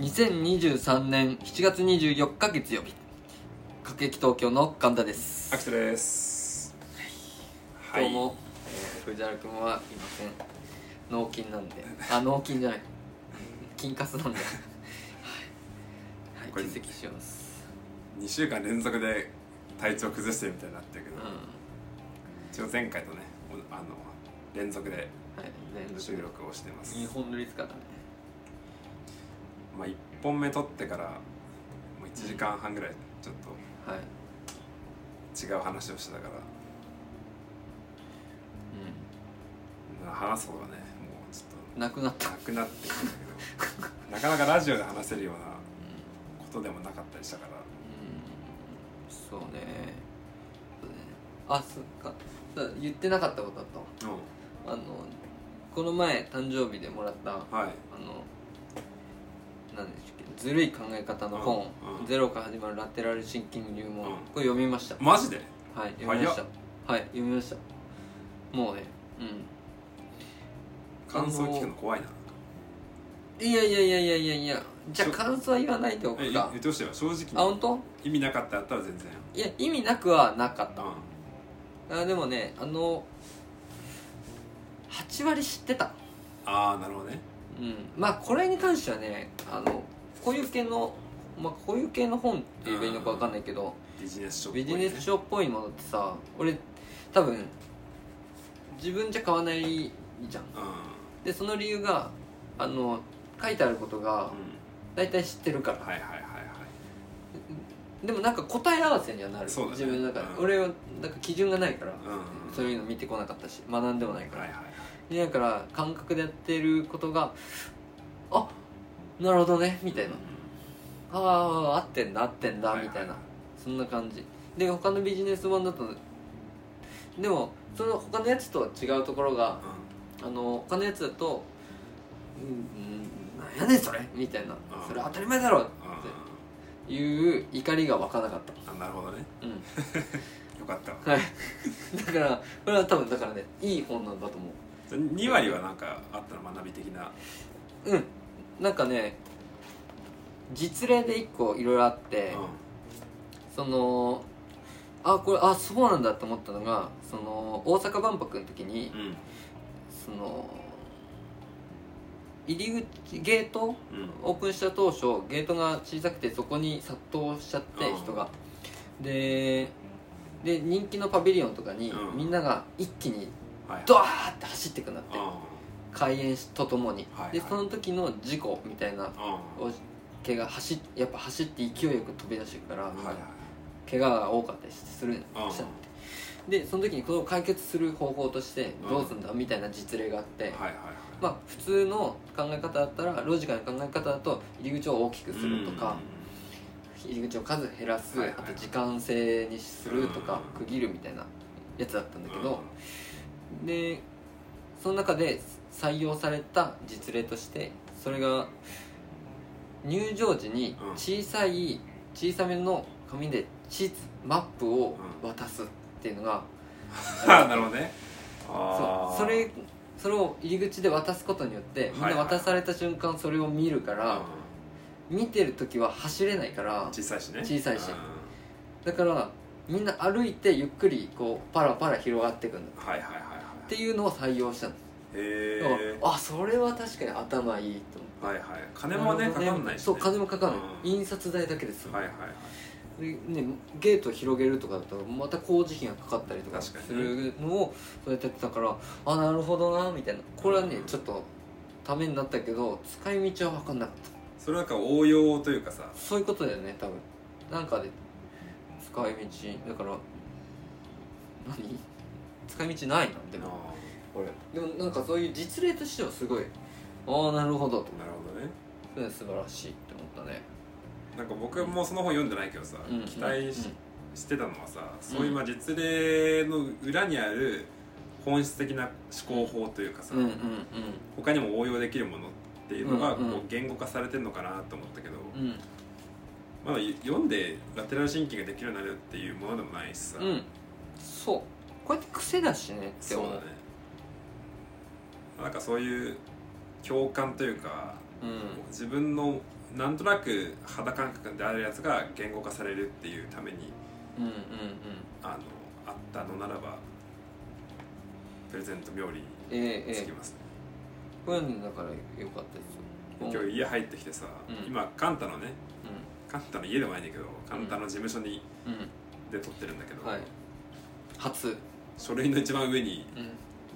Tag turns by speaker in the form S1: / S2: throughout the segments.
S1: 2023年7月24日月曜日各駅東京の神田です
S2: アキトですは
S1: 今日も、えー藤原君はいません脳筋なん であ脳筋じゃない筋活なんではい、
S2: こ
S1: はい、
S2: れ
S1: 欠席します
S2: 2週間連続で体調崩してるみたいになってるけど、
S1: う
S2: 一応前回とねおあの連続
S1: ん
S2: で
S1: はい連
S2: 収
S1: 続
S2: 録をしてます
S1: 2本撮りですからね
S2: まあ、1本目撮ってからもう1時間半ぐらいちょっ
S1: はい
S2: と違う話をしてたから話すことがねもうち
S1: うんなくなっ
S2: ょ
S1: た
S2: っとなくなってきたんだけどなかなかラジオで話せるようなことでもなかったりしたから
S1: うんそうねそうねあそっかそう言ってなかったことだと
S2: う
S1: あのこの前誕生日でもらったあの
S2: んはい
S1: 何でしたっけずるい考え方の本
S2: うん
S1: 「
S2: うん
S1: ゼロから始まるラテラルシンキング入門
S2: うん」
S1: これ読みました
S2: マジで
S1: はい読みましたはい読みましたもうね
S2: 感想聞くの怖いな
S1: うんいやいやいやいやいやいやじゃあ
S2: そう
S1: 感想は言わないでお
S2: え
S1: く
S2: 言
S1: か
S2: ってほしいわ正直に
S1: あ本当
S2: 意味なかったやったら全然
S1: いや意味なくはなかった
S2: う
S1: あでもねあの8割知ってた
S2: んああなるほどね
S1: うん、まあこれに関してはねあのこういう系の、まあ、こういう系の本って言えばいいのか分かんないけど、
S2: ビジネス書っぽい
S1: ビ
S2: ね
S1: ジネス書っぽいものってさ俺多分自分じゃ買わないじゃん
S2: うん、うん、
S1: でその理由があの書いてあることが大体知ってるから
S2: はいはいはいはい
S1: でもなんか答え合わせにはなる、
S2: そうだね
S1: 自分の中で、
S2: うん
S1: 俺はなんか基準がないから、
S2: うんうん
S1: そういうの見てこなかったし学んでもないから、
S2: はいはいはい
S1: だから感覚でやってることがあなるほどねみたいな、ああ合ってんだ合ってんだみたいなそんな感じで他のビジネス本だとでもその他のやつとは違うところがあの他のやつだと「うんうんなんやねんそれ」みたいな
S2: う
S1: 「
S2: ん
S1: それ当たり前だろ」っ
S2: うん、うん
S1: ていう怒りが湧かなかった
S2: あなるほどね
S1: うん
S2: よかったわ
S1: はい だからこれは多分だからねいい本なんだと思
S2: 2割はなんかあったの学び的な
S1: ううんなんかね実例で一個いろいろあって、
S2: う
S1: そのあこれあそうなんだと思ったのがその大阪万博の時に
S2: んうん
S1: その入り口ゲート
S2: うん
S1: オープンした当初ゲートが小さくてそこに殺到しちゃって
S2: うん
S1: 人が、でで人気のパビリオンとかに、
S2: うん
S1: みんなが一気に
S2: はい
S1: ドワーって走ってくなって、
S2: う
S1: 開園しとともに、
S2: はいはい
S1: でその時の事故みたいなん
S2: うん
S1: 怪我走っやっぱ走って勢いよく飛び出してくから、
S2: はいはい
S1: 怪我が多かったりする
S2: うん
S1: したでその時にこれを解決する方法としてどうすんだみたいな実例があって、
S2: はいはいはい
S1: まあ普通の考え方だったらロジカルな考え方だと入り口を大きくするとか、入り口を数減らす、
S2: はいはい
S1: あと時間制にするとか、
S2: うん
S1: 区切るみたいなやつだったんだけ
S2: うん
S1: ど、でその中で採用された実例としてそれが入場時に
S2: うん
S1: 小さい小さめの紙で地図マップを渡すっていうのが、
S2: あ なるほどね
S1: そ
S2: あ
S1: う
S2: ー
S1: それそれを入り口で渡すことによってみん
S2: は
S1: ない
S2: はい
S1: 渡された瞬間それを見るから、
S2: う
S1: 見てる時は走れないから
S2: ん小さいしね
S1: 小さいし
S2: うん
S1: だからみんな歩いてゆっくりこうパラパラ広がっていくんだっ
S2: はいはいはいはい
S1: ていうのを採用したの、
S2: へ
S1: だから
S2: え
S1: あそれは確かに頭いいと思って
S2: はいはい金もね
S1: る
S2: か
S1: ほ
S2: か
S1: ど
S2: んないしね
S1: そう金もかかんない、
S2: うん
S1: 印刷代だけですよ、
S2: はいはいはい
S1: でね、ゲート広げるとかだとまた工事費がかかったりとかす
S2: 確かに
S1: るのをそうやってやってたからあなるほどなみたいなこれはね
S2: うん
S1: ちょっとためになったけど使い道は分かんなかった
S2: それはなんか応用というかさ
S1: そういうことだよね多分なんかで使い道だから何使い道ないなで
S2: あ
S1: も俺でもなんかそういう実例としてはすごいああなるほどと
S2: ーなるほどね
S1: うん素晴らしいって思ったね
S2: なんか僕もその本読んでないけどさ、
S1: うん
S2: 期待し,、
S1: うん
S2: してたのはさそういうまあ実例の裏にある本質的な思考法というかさ、
S1: うんうん
S2: 他にも応用できるものっていうのが
S1: うんうん
S2: こう言語化されてるのかなと思ったけど、
S1: うんうん
S2: まだ読んでラテラルシンキングができるようになるっていうものでもないしさ、
S1: うんそうこうやって癖だしねって
S2: そう
S1: 思
S2: だ
S1: う
S2: ねなんかそういう共感というか
S1: うん
S2: 自分のなんとなく肌感覚であるやつが言語化されるっていうために
S1: うんうんうん
S2: あのあったのならばプレゼント冥利
S1: ええ
S2: につ
S1: え
S2: き
S1: え
S2: ますね、
S1: こういうのだから良かったですよ
S2: 今日家入ってきてさ、
S1: うん
S2: 今カンタのねカンタの家でもないんだけどカンタの事務所に、
S1: うん、
S2: で撮ってるんだけ
S1: う
S2: ど、
S1: ん、はい初
S2: 書類の一番上に
S1: うん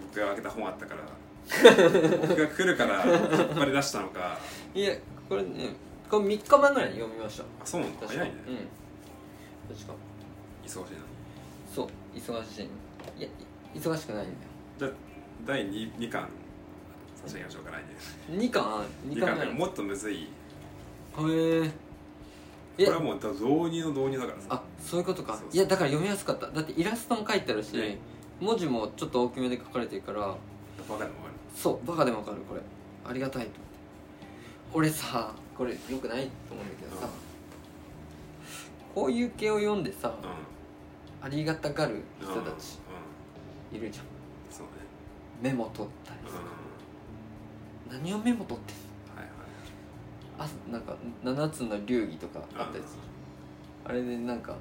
S2: 僕が開けた本あ ったから僕が来るから引っ張り出したのか
S1: いやこれねこれ3日前ぐらいに読みました
S2: あそうなんだ
S1: 確
S2: 早
S1: か
S2: いね、
S1: うん確か
S2: 忙しいな
S1: そう忙しいいやい忙しくないんだよ
S2: じゃあ第 2, 2巻差し上げましょうか来
S1: 2巻
S2: 年
S1: 2
S2: 2
S1: 巻
S2: 巻
S1: ぐらいへ
S2: もっとむずい
S1: え
S2: こ
S1: い
S2: れは
S1: や
S2: もう導入の導入だからさ
S1: あそういうことか
S2: そうそう
S1: いやだから読みやすかっただってイラストも書いてあるし、
S2: ね
S1: 文字もちょっと大きめで書かれてるから
S2: バカでもわか
S1: そうバカでもわかるこれありがたいと俺さこれよくないと思うんだけどさ、こういう系を読んでさ、
S2: る
S1: ありがたがる
S2: うん
S1: 人
S2: うん
S1: た
S2: うん
S1: ちいるじゃん
S2: そうね
S1: メモ取ったり
S2: う
S1: さ
S2: ん、
S1: 何をメモ取ってんの
S2: はいはい
S1: あなんか7つの流儀とかあったりする、あれでなんか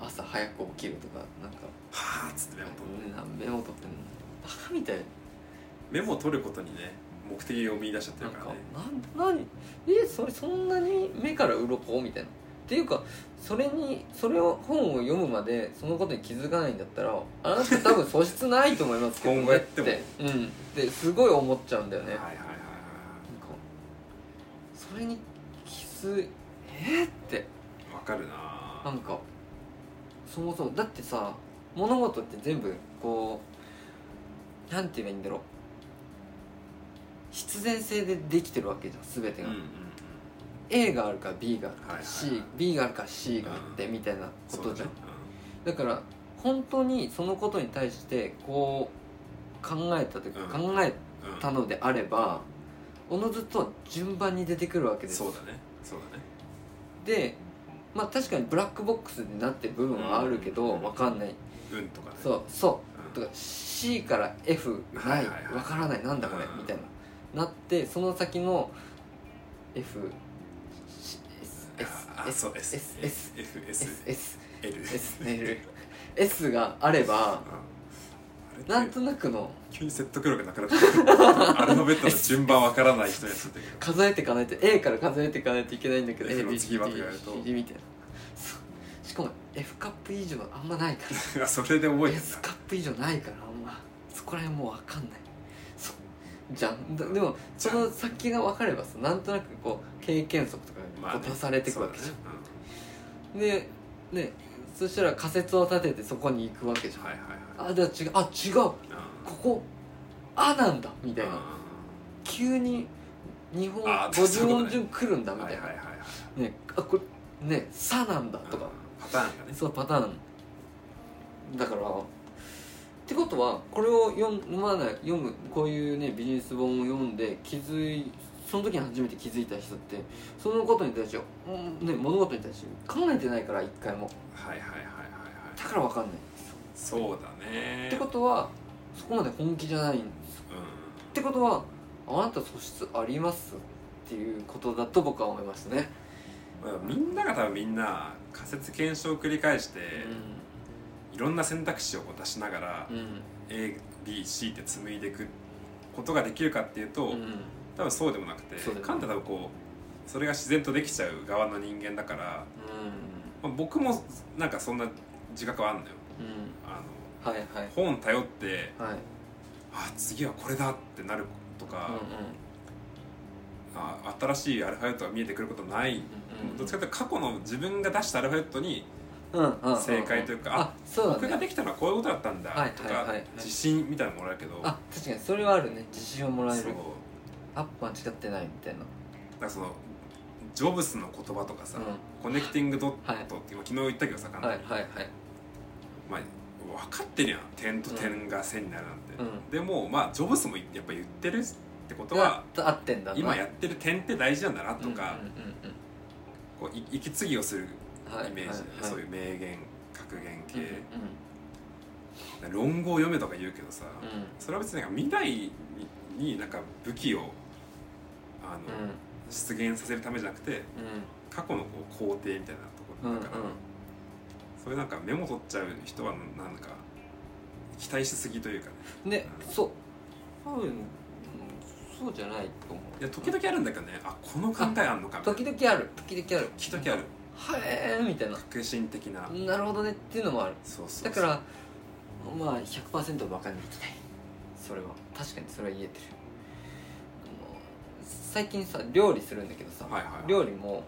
S1: 朝早く起きるとかなんか
S2: はあっつってメモ取る
S1: メモ取ってんのバカみたい
S2: メモ取ることにね目的を見出しちゃって
S1: な
S2: る
S1: ん
S2: か
S1: から
S2: ね
S1: な何えそれそんなに目から鱗みたいなっていうかそれにそれを本を読むまでそのことに気づかないんだったらあなた多分素質ないと思いますけど
S2: 今後やっても
S1: ねうんですごい思っちゃうんだよね、
S2: はいはいはいはい
S1: なんかそれに気づえーって
S2: わかる
S1: な
S2: な
S1: んかそもそもだってさ物事って全部こうなんて言えばいいんだろう必然性でできてるわけじゃん全て
S2: うん
S1: が、
S2: うんうん
S1: A があるから B があるから、
S2: はいはい
S1: C B があるから C があって、みたいなこ
S2: そう
S1: と
S2: だ
S1: じゃん
S2: ね
S1: だ,、から本当にそのことに対してこう考えたというか、
S2: うん
S1: 考え
S2: うんうん
S1: たのであればおのずと順番に出てくるわけです
S2: そうだねそうだね
S1: でまあ確かにブラックボックスになってる部分はあるけど、
S2: うん
S1: わかんない
S2: 運とかね
S1: そうそううんとか C から F ない
S2: はいはいはい
S1: わからないなんだこれ
S2: うん
S1: みたいななってその先の F S
S2: ああ
S1: S
S2: そう S
S1: S S
S2: S F S
S1: S S
S2: L
S1: S ネイル S があれば
S2: うんあ
S1: な
S2: れ
S1: んとなくの
S2: 急に説得力なくなってきたアルファベットの順番わからない人やつってるけ
S1: 数えていかないと A から数えていかないといけないんだけど A
S2: F の
S1: B C D E
S2: 次はとかやると
S1: F G みたいなそうしかも F カップ以上あんまないから
S2: どそれで覚えて
S1: S
S2: んだ
S1: カップ以上ないからあんまそこら辺もう分かんないそうじゃんだでもその先が分かればさなんとなくこう経験則とか
S2: ま
S1: こ
S2: あ
S1: う
S2: ね
S1: 足されていくわけじ
S2: そ
S1: ゃ、
S2: うんだね
S1: でねそしたら仮説を立ててそこに行くわけじ
S2: う
S1: ゃ
S2: ん
S1: ん、
S2: はいはいはい
S1: あでは違うあ違うこ
S2: うん
S1: こあなんだみたいな、
S2: う
S1: 急に日本
S2: あ
S1: 五十
S2: そういうこと
S1: 音
S2: ね
S1: 順来るんだ
S2: ん
S1: み
S2: は
S1: た
S2: い
S1: い
S2: はい
S1: な、
S2: はいはい
S1: ねあこれねさなんだとか、
S2: うんパターンがね
S1: そうパターンだからってことはこれを読まない読むこういうねビジネス本を読んで気づいその時に初めて気づいた人ってそのことに対して、うんね、物事に対して考えてないから一回も
S2: はいはいはいはいはい
S1: だから分かんない
S2: そうだね
S1: ってことはそこまで本気じゃないんです
S2: う
S1: ってことはあなた素質ありますっていうことだと僕は思いましたね、
S2: んまあみんなが多分みんな仮説検証を繰り返していろんな選択肢をこう出しながら
S1: うん
S2: ABC って紡いでいくことができるかっていう
S1: う
S2: と、
S1: んうん
S2: 多分そうでもなくて
S1: そうだよね
S2: カンタ多分こうそれが自然とできちゃう側の人間だから、まあ、僕もなんかそんな自覚はあるのよ
S1: うん
S2: あ
S1: はいはい
S2: の本頼って
S1: はい
S2: あ次はこれだってなると
S1: う
S2: か
S1: んうん、
S2: あ新しいアルファベットが見えてくることない、
S1: うんうん
S2: どっちかというと過去の自分が出したアルファベットに
S1: うんうんうんうん
S2: 正解というか
S1: あそう
S2: 僕
S1: だ
S2: が
S1: ね
S2: できたのはこういうことだったん
S1: は
S2: だ
S1: い
S2: と
S1: はい
S2: か
S1: はいはい
S2: 自信みたいなのもらえるけど
S1: あ確かにそれはあるね自信をもらえ
S2: そう
S1: る
S2: だ
S1: アップ間違ってないみたいな
S2: からそのジョブスの言葉とかさ、
S1: うん
S2: コネクティングドッ
S1: はい
S2: トって、今昨日言ったけどさ簡単
S1: はい
S2: に
S1: はいはい
S2: まあ、分かってるやん点と点が線になるなんて、
S1: うん
S2: でもまあジョブスもやっぱ言ってるってことは
S1: あ合ってんだな
S2: 今やってる点って大事なんだな
S1: う
S2: と
S1: ん
S2: か、
S1: うんうんうん
S2: こうい息継ぎをする
S1: はい
S2: イメージ、
S1: はは
S2: そういう名言格言
S1: うん
S2: 系、論語を読めとか言うけどさ、
S1: うんうん
S2: それは別になんか未来にになんか武器をあの、
S1: うん
S2: 出現させるためじゃなくて過去のこう工程みたいなとこ
S1: う
S2: ろ
S1: んうん
S2: だから、それなんかメモ取っちゃう人はなんか期待しすぎというかね
S1: うんでそう多分うんそうじゃないと思う
S2: いや時々あるんだけどねあこの考えあんのかみたいな
S1: 時々ある時々ある
S2: 時々ある
S1: はえーみたいな
S2: 革新的な、
S1: なるほどねっていうのもある
S2: そうそうそう
S1: だからまあ100%バカにできないそれは確かにそれは言えてるあの最近さ料理するんだけどさ、
S2: はいはいはい
S1: 料理も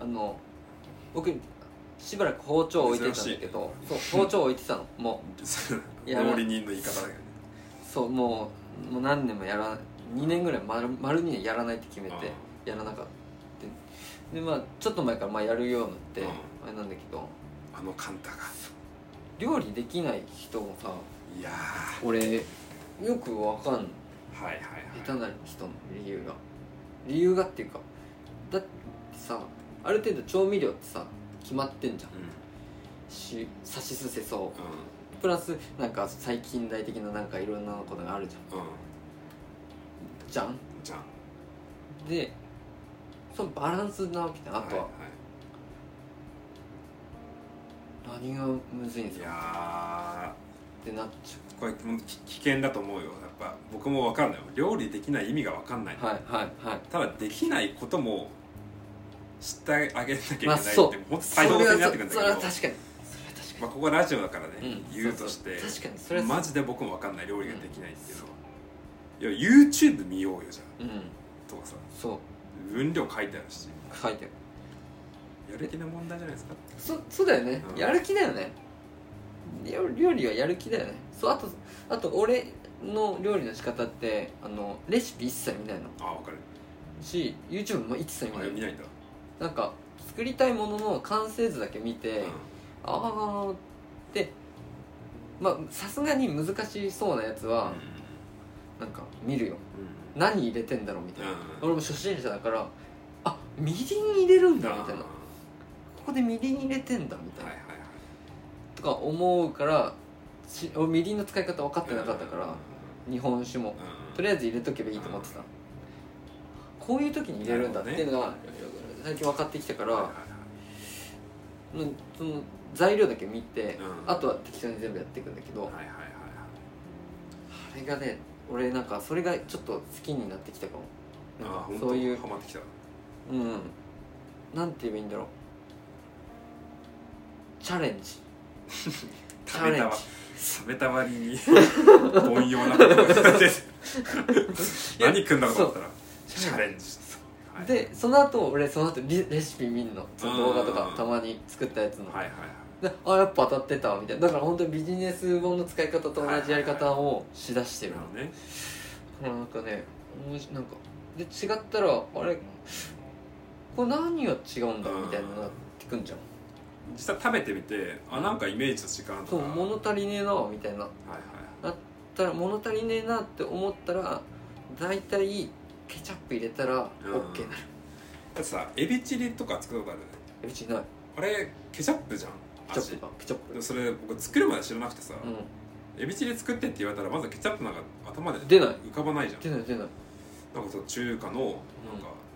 S1: あの僕しばらく包丁置いてたんだけどそう包丁置いてたのも
S2: そう
S1: いや
S2: 料理人の言い方だよね
S1: うそうもうもう何年もやら2年ぐらい丸丸2年やらないって決めてやらなかったでまあちょっと前からまあやるようになって、
S2: うん
S1: あれなんだけど
S2: ああのカンタが
S1: 料理できない人もさ
S2: いや
S1: 俺よくわかんない
S2: ーはいはい
S1: 下
S2: は
S1: 手な人の理由が理由がっていうかだってさある程度調味料ってさ決まってんじゃん
S2: いうん
S1: しさしすせそ
S2: うん
S1: うプラスなんか最近代的ななんかいろんなことがあるじゃん
S2: うん
S1: じゃん
S2: じゃん
S1: でそのバランスなわけだあとはい何がむずいん
S2: い、
S1: す
S2: い
S1: か
S2: や
S1: ってなっち
S2: ーこれもうき危険だと思うよやっぱ僕も分かんないよ料理できない意味が分かんない、
S1: ゃうはいはいはい
S2: ただできないことも知ってあげなきゃいけ
S1: まあ
S2: ないって、
S1: そう
S2: もっと
S1: そ
S2: 多
S1: れ
S2: 様性
S1: は
S2: にな
S1: そ
S2: ってくるんだ
S1: それは
S2: けど
S1: 確かにそれは確か
S2: まあ、ここはラジオだからね、
S1: に、ん
S2: 言うとして
S1: そうそう確かにそれは
S2: マジで僕も分かんない料理ができないっていうのは、いや YouTube 見ようよじゃん
S1: うん
S2: とかさ
S1: そう
S2: 分量書いてあるし
S1: 書いてある
S2: やる気の問題じゃないですか
S1: そそうだよね、
S2: うん
S1: やる気だよね料料理はやる気だよねそうあとあと俺の料理の仕方ってあのレシピ一切見ないの
S2: ああ分かる
S1: し YouTube も一切見
S2: あ
S1: な
S2: れ
S1: い
S2: 見ないんだ、
S1: なんか作りたいものの完成図だけ見て、ああでまあさすがに難しそうなやつ
S2: うん
S1: は、なんか見るよ
S2: う
S1: 何入れてんだろうみたいな、
S2: うん
S1: 俺も初心者だからあみりん入れるん
S2: ん
S1: だみたいなここでみりん入れてんだみたい
S2: はい
S1: な
S2: はいはい
S1: とか思うからし俺みりんの使い方分かってなかったから、日本酒もとりあえず入れとけばいいと思ってた、こういう時に入れるんだっていうのが、最近分かってきたから、うんその材料だけ見て、
S2: うん
S1: あとは適当に全部やっていくんだけど、
S2: はいはいはい
S1: あれがね俺なんかそれがちょっと好きになってきたかもなん
S2: あ
S1: か
S2: あ
S1: そういう
S2: ハマってきた
S1: うんなんて言えばいいんだろうチャレンジチャ
S2: 食べ
S1: レンジ
S2: たわ食べた割に 凡庸なことが出て何組んだこと思ったらチャレンジしたはい
S1: でその後俺その後リレシピ見んのその動画と
S2: うんうん
S1: か
S2: うん
S1: たまに作ったやつの、
S2: はいはいはい
S1: であやっぱ当たってたみたいなだから本当にビジネス本の使い方と同じやり方をしだしてる
S2: なる
S1: の
S2: ほどね
S1: これなんかねおもしなんかで違ったらあれこれ何が違うんだ
S2: うん
S1: みたいになってくんじゃん
S2: 実際食べてみてあなんかイメージと違うなと
S1: そう
S2: か
S1: 物足りねえなみたいな
S2: はいはい
S1: たら物足りねえなって思ったら大体ケチャップ入れたら
S2: うん
S1: OK なる
S2: だってさエビチリとか作ったことあるよね
S1: えうちない
S2: あれケチャップじゃん
S1: ケチャ
S2: 味
S1: ップかケチャッ
S2: で
S1: プ
S2: もそれ僕作るまで知らなくてさ、
S1: うん
S2: エビチリ作ってって言われたらまずケチャップなんか頭で
S1: 出ない
S2: 浮かばないじゃん
S1: 出ない出ない
S2: なんかその中華のなんか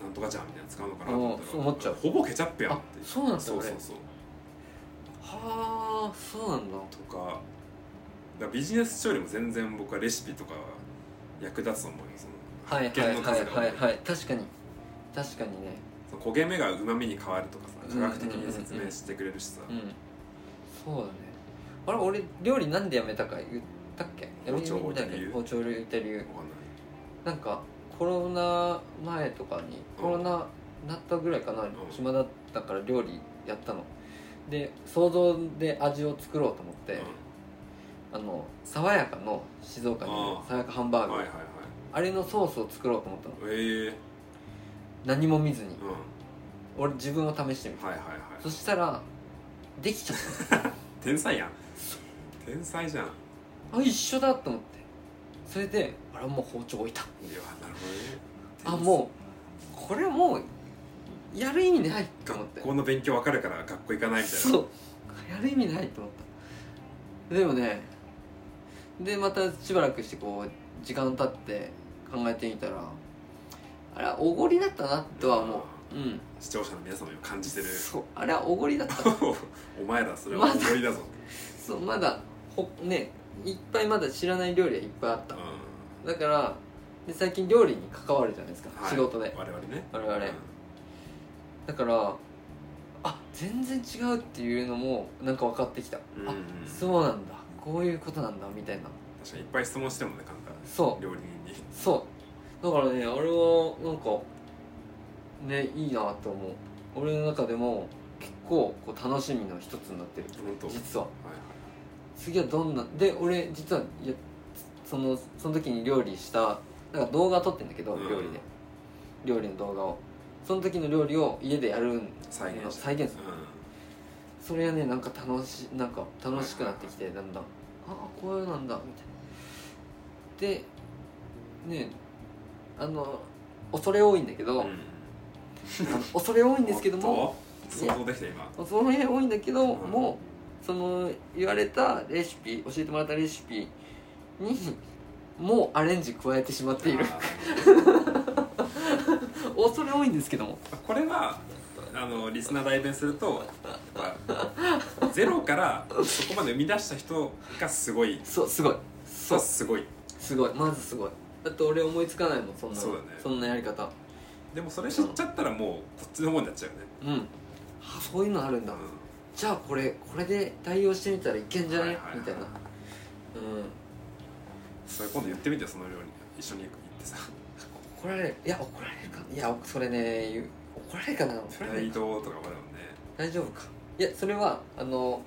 S2: なんとかじゃんみたいなの使うのかなと思った
S1: う
S2: ら
S1: ん思っちゃう
S2: ほぼケチャップやんっ
S1: あ
S2: て
S1: そうなんだ
S2: そう
S1: 俺
S2: そう
S1: は
S2: そう
S1: あそうなんだ
S2: とかだからビジネス書よりも全然僕はレシピとかは役立つと思うよその
S1: はいはい
S2: 発見の
S1: はい
S2: 数が多
S1: はいいはい確かに確かにね
S2: その焦げ目がうまみに変わるとか
S1: うん
S2: さ科学的に説明してくれるしさ
S1: うんそうだねあれ俺料理なんでやめたか言ったっけやめ
S2: 包丁を置いた理由
S1: 包丁を置いた理由
S2: わかんない
S1: なんかコロナ前とかに
S2: うん
S1: コロナなったぐらいかな、暇だったから料理やったので想像で味を作ろうと思って、あの爽やかの静岡にある
S2: ああ
S1: 爽やかハンバー
S2: うん
S1: グ
S2: はいはい
S1: あ
S2: はい
S1: れのソースを作ろうと思ったの
S2: ええ
S1: 何も見ずに
S2: うんは
S1: 俺自分を試してみた
S2: いはいは
S1: そ
S2: い
S1: したらできちゃっ
S2: 天才やん天才じゃんい
S1: たあ一緒だと思ってそれであれもう包丁置いた
S2: やなるほど
S1: あ
S2: ね
S1: もうこれもうやる意味ないと思って
S2: 学校の勉強わかるから学校行かないみたいな
S1: そうやる意味ないと思ったでもねでまたしばらくしてこう時間経って考えてみたらあれはおごりだったなとは思ううん
S2: 視聴者の皆様にも感じてる
S1: そうあれはおごりだった
S2: お前らそれはおごりだぞ、
S1: そうまだほねいっぱいまだ知らない料理はいっぱいあった
S2: う
S1: だからで最近料理に関わるじゃないですか、
S2: んはい
S1: 仕事で
S2: 我々ね
S1: 我々だからあ全然違うっていうのもなんか分かってきた、
S2: うん、う
S1: あ
S2: ん
S1: そうなんだこういうことなんだみたいな
S2: 確かにいっぱい質問してもね簡単
S1: そう
S2: 料理人に
S1: そうだからねあれはなんかねいいなと思う俺の中でも結構こう楽しみの一つになってる
S2: 本当はい
S1: 実は
S2: はい
S1: 次はどんなで俺実はいやそのその時に料理したなんか動画撮ってんだけど
S2: うん
S1: 料理で、料理の動画をその時の料理を家でやるん
S2: 再現して
S1: 再現す
S2: う
S1: る
S2: ん
S1: それはねなんか楽しなんか楽しくなってきてだんだんああこういうのなんだみたいなでねあの恐れ多いんだけど、
S2: うん
S1: あの恐れ多いんですけど も
S2: おっと想像できた今
S1: 恐れ多いんだけど、
S2: うん
S1: もうその言われたレシピ教えてもらったレシピにもうアレンジ加えてしまっている
S2: あ
S1: 恐れ多いんですけども
S2: ー これはあのリスナー代弁するとやっぱゼロからそこまで生み出した人がすごい
S1: そうすごいそう
S2: すごい
S1: すごいまずすごいだって俺思いつかないもんそんなの
S2: そうだね
S1: そんなやり方
S2: でもそれ知っちゃったらもうこっちのもんになっちゃうよね、
S1: うんあそういうのあるんだ、
S2: う
S1: じゃあこれこれで代用してみたらいけんじゃね、
S2: はいはいはい
S1: みたいなうん
S2: ん、それ今度言ってみてよその料理一緒に行ってさ
S1: 怒られるいや怒られるかいやそれね言う怒られるかな
S2: 「フライド」とかもだもんね
S1: 大丈夫かいやそれはあの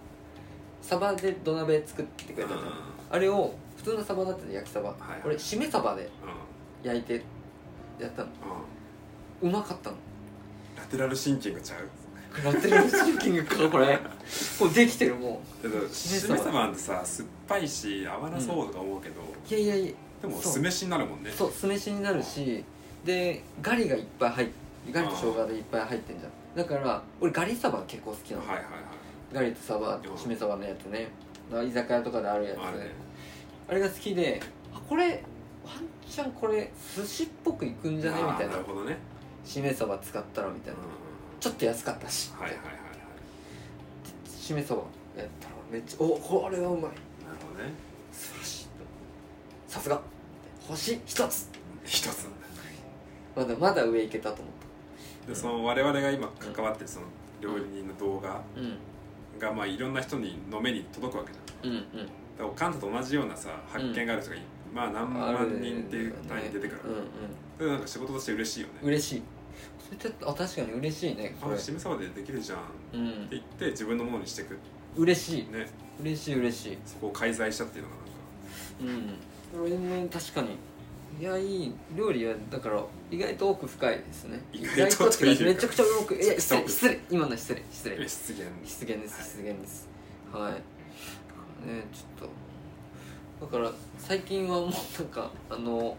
S1: サバで土鍋作ってくれたじゃん、あれを普通のサバだったの焼きサバ、
S2: はい
S1: 俺しめサバで
S2: うんうん
S1: 焼いてやったの
S2: う
S1: うまかったの
S2: んラテラルシンキングちゃう
S1: ラテラルシンキングかこれこうできてるも
S2: けどしめさばなんてさ酸っぱいし合わなそうとか思うけど、
S1: ういやいやいや
S2: でも
S1: そう
S2: 酢飯になるもんね
S1: そう酢飯になるしでガリがいっぱい入ってガリと生姜でいっぱい入ってんじゃんだから俺ガリサバ結構好きなの、
S2: はいはいはい
S1: ガリとサバ
S2: うん
S1: しめサバのやつねだから居酒屋とかであるやつ
S2: あれね
S1: あれが好きであこれワンチャンこれ寿司っぽくいくんじゃねみ
S2: あー
S1: たいな
S2: るほどね、
S1: しめ鯖使ったらみた
S2: う
S1: い
S2: ん
S1: な、
S2: う
S1: ちょっと安かったし、
S2: ん、はいはいはいはい
S1: しめ鯖やったらめっちゃおこれはうまい
S2: なるほどね
S1: 素晴らしいさすが星一つ
S2: 一つ
S1: まだまだ上いけたと思っ
S2: でその我々が今関わってるその料理人の動画
S1: たうん
S2: がまあいろんな人にの目に届くわけじゃんだ
S1: うんうん
S2: からカンタと同じようなさ発見がある人がい、まあ何万人っていう単位で出てくる
S1: うんうん
S2: でなんか仕事として嬉しいよね
S1: 嬉しいそれちょっとあ確かに嬉しいねこ
S2: あ
S1: れ
S2: しめさばでできるじゃんって
S1: うん
S2: 言って自分のものにしていくね
S1: 嬉しい嬉しい嬉しい
S2: そこを介在したっていうのがなんか
S1: うん俺も確かにいやいい料理はだから意外と奥深いですね
S2: 意外とと
S1: 意外
S2: いうか
S1: っていうかめちゃくちゃ奥いや 失礼失礼今のは失礼失
S2: え
S1: 礼
S2: 失言
S1: 失言です失言ですはいねちょっとだから最近はもうなんかあの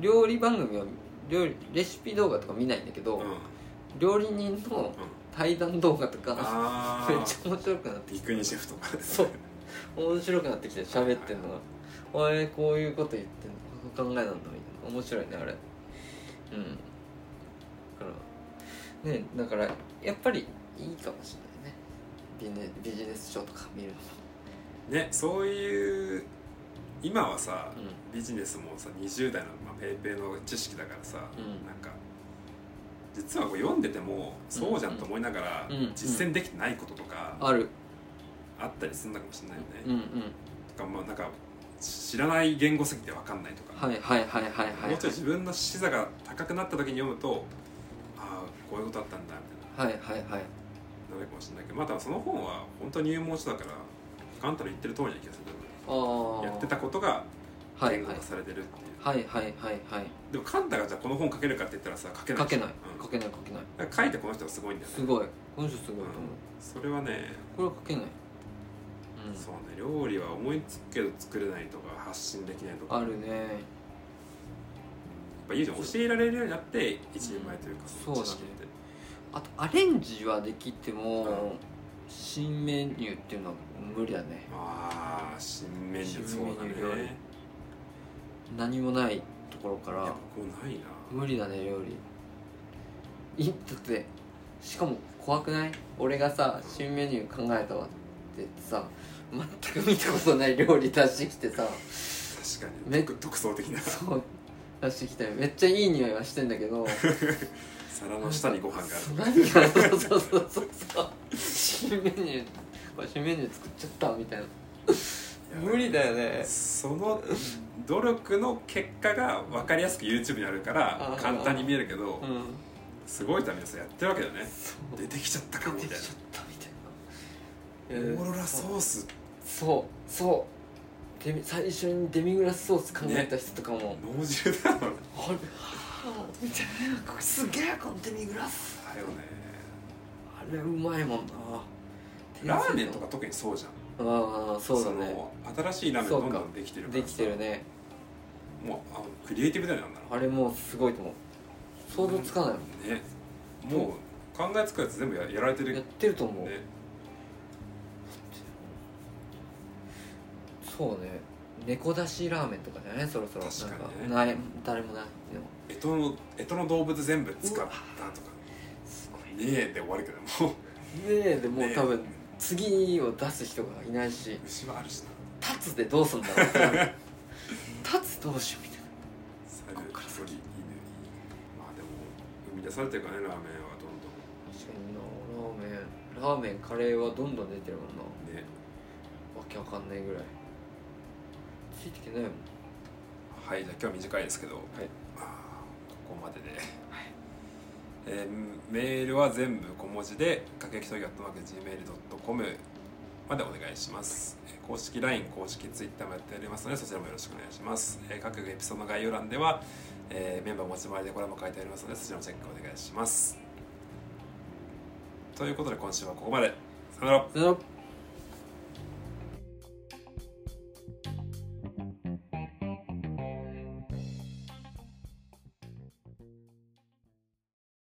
S1: 料理番組は料理レシピ動画とか見ないんだけど、
S2: うんうん
S1: 料理人の対談動画とか
S2: あ
S1: めっ
S2: あ
S1: ちゃ面白くなって
S2: ビクニシェフとか
S1: そう面白くなってきて喋ってんのが「お前こういうこと言ってんのこの考えなんだ」みたいな面白いねあれうんだからねだからやっぱりいいかもしれないねビジネビジネス書とか見るのも
S2: ねそういう今はさ、
S1: う
S2: ビジネスもさ20代の、まあ、ペイペイの知識だからさ、
S1: うん
S2: なんか実はこう読んでてもそうじゃんと思いながら、
S1: うんうん
S2: 実践できてないこととか、
S1: ある
S2: あったりするのかもしれないよね、
S1: うんうん
S2: とかまあなんか知らない言語すぎて分かんないとか、
S1: はいはいはいはいはい
S2: もうちょい自分の視座が高くなった時に読むとああこういうことあったんだみたいな
S1: はいはいはい
S2: なるかもしれないけどまたその本は本当に入門書だからカンタの言ってる通りな気がする
S1: ああ
S2: やってたことが
S1: はい
S2: 言語
S1: はい
S2: 化されてるっていう、
S1: はいはいはいはい
S2: でもカンタがじゃあこの本書けるかって言ったらさ書けない
S1: 書
S2: じ
S1: け
S2: ゃん
S1: ない
S2: うん
S1: 書けない書けない
S2: だから書いてこの人はすごいんだよね
S1: すごいこの人すごいと思う
S2: それはね、
S1: これは書けないうん
S2: そうね料理は思いつくけど作れないとか発信できないとか
S1: あ
S2: やっ
S1: るね
S2: ぱいいじゃん教えられるようになって一人前というか
S1: そうだね
S2: 知識って
S1: あとアレンジはできても、新メニューっていうのは無理だね
S2: ああ新メニューそうだ
S1: 新メニュー料理
S2: ね
S1: 何もないところか
S2: いや
S1: ら
S2: 僕もないな
S1: 無理だね料理いだってしかも怖くない俺がさ新メニュー考えたわって言ってさ全く見たことない料理出してきてさ
S2: 確かに
S1: め
S2: 独独創的な
S1: そう出してきてめっちゃいい匂いはしてんだけど
S2: 皿の下にご飯がある
S1: 何がそうそうそうそうそう新メニューこれ新メニュー作っちゃったみたいない
S2: や
S1: 無理だよね
S2: その努力の結果が分かりやすく YouTube にあるから
S1: あー
S2: 簡単に見えるけど
S1: うん
S2: すごいためにやってるわけだよね
S1: そう
S2: 出てきちゃったか
S1: 出
S2: もみ
S1: てき
S2: たい
S1: ちゃ
S2: な
S1: ったみたいな
S2: オーロラソース
S1: そうそうデミ最初にデミグラスソース考えた人とかも、
S2: 脳汁だよね
S1: あれはあみたいなこれすげえこのデミグラス
S2: だよね
S1: あれうまいもんな
S2: ラーメンとか特にそうじゃん
S1: ああそうだね
S2: の新しいラーメン
S1: そう
S2: ど
S1: か
S2: んどんできてるから
S1: で
S2: さ
S1: きてるね
S2: もうあのクリエイティブだよねあんなの
S1: あれもうすごいと思う想像つかないもん
S2: ねもう考えつくやつ全部ややられてる
S1: や
S2: ね
S1: ってると思う、そうね猫だしラーメンとかじゃないそろそろ
S2: 確かにね
S1: なんかない誰もないでも
S2: 干支の干支の動物全部使ったと
S1: うわ
S2: か
S1: すご
S2: ねえで終わるけどもう
S1: ねえでもう
S2: ねえ
S1: 多分次を出す人がいないし
S2: 牛はあるしな
S1: 立つでどうすんだろうってな る立つどうしようみたいな
S2: 猿
S1: こっから
S2: 鳥犬まあでも生み出されてるからねラーメンはどんどん
S1: 確かになラーメンラーメンカレーはどんどん出てるもんなわ
S2: ね
S1: けわかんないぐらいついてきてないもん
S2: はいじゃあ今日は短いですけど、
S1: い
S2: まあここまでで、えーメールは全部小文字でかけきとぎ .gmail.com までお願いしますえー公式 LINE 公式 Twitter もやっておりますのでそちらもよろしくお願いしますえー各エピソードの概要欄では、えーメンバー持ち回りでコラム書いてありますのでそちらもチェックお願いしますということで今週はここまでさよなら
S1: さよなら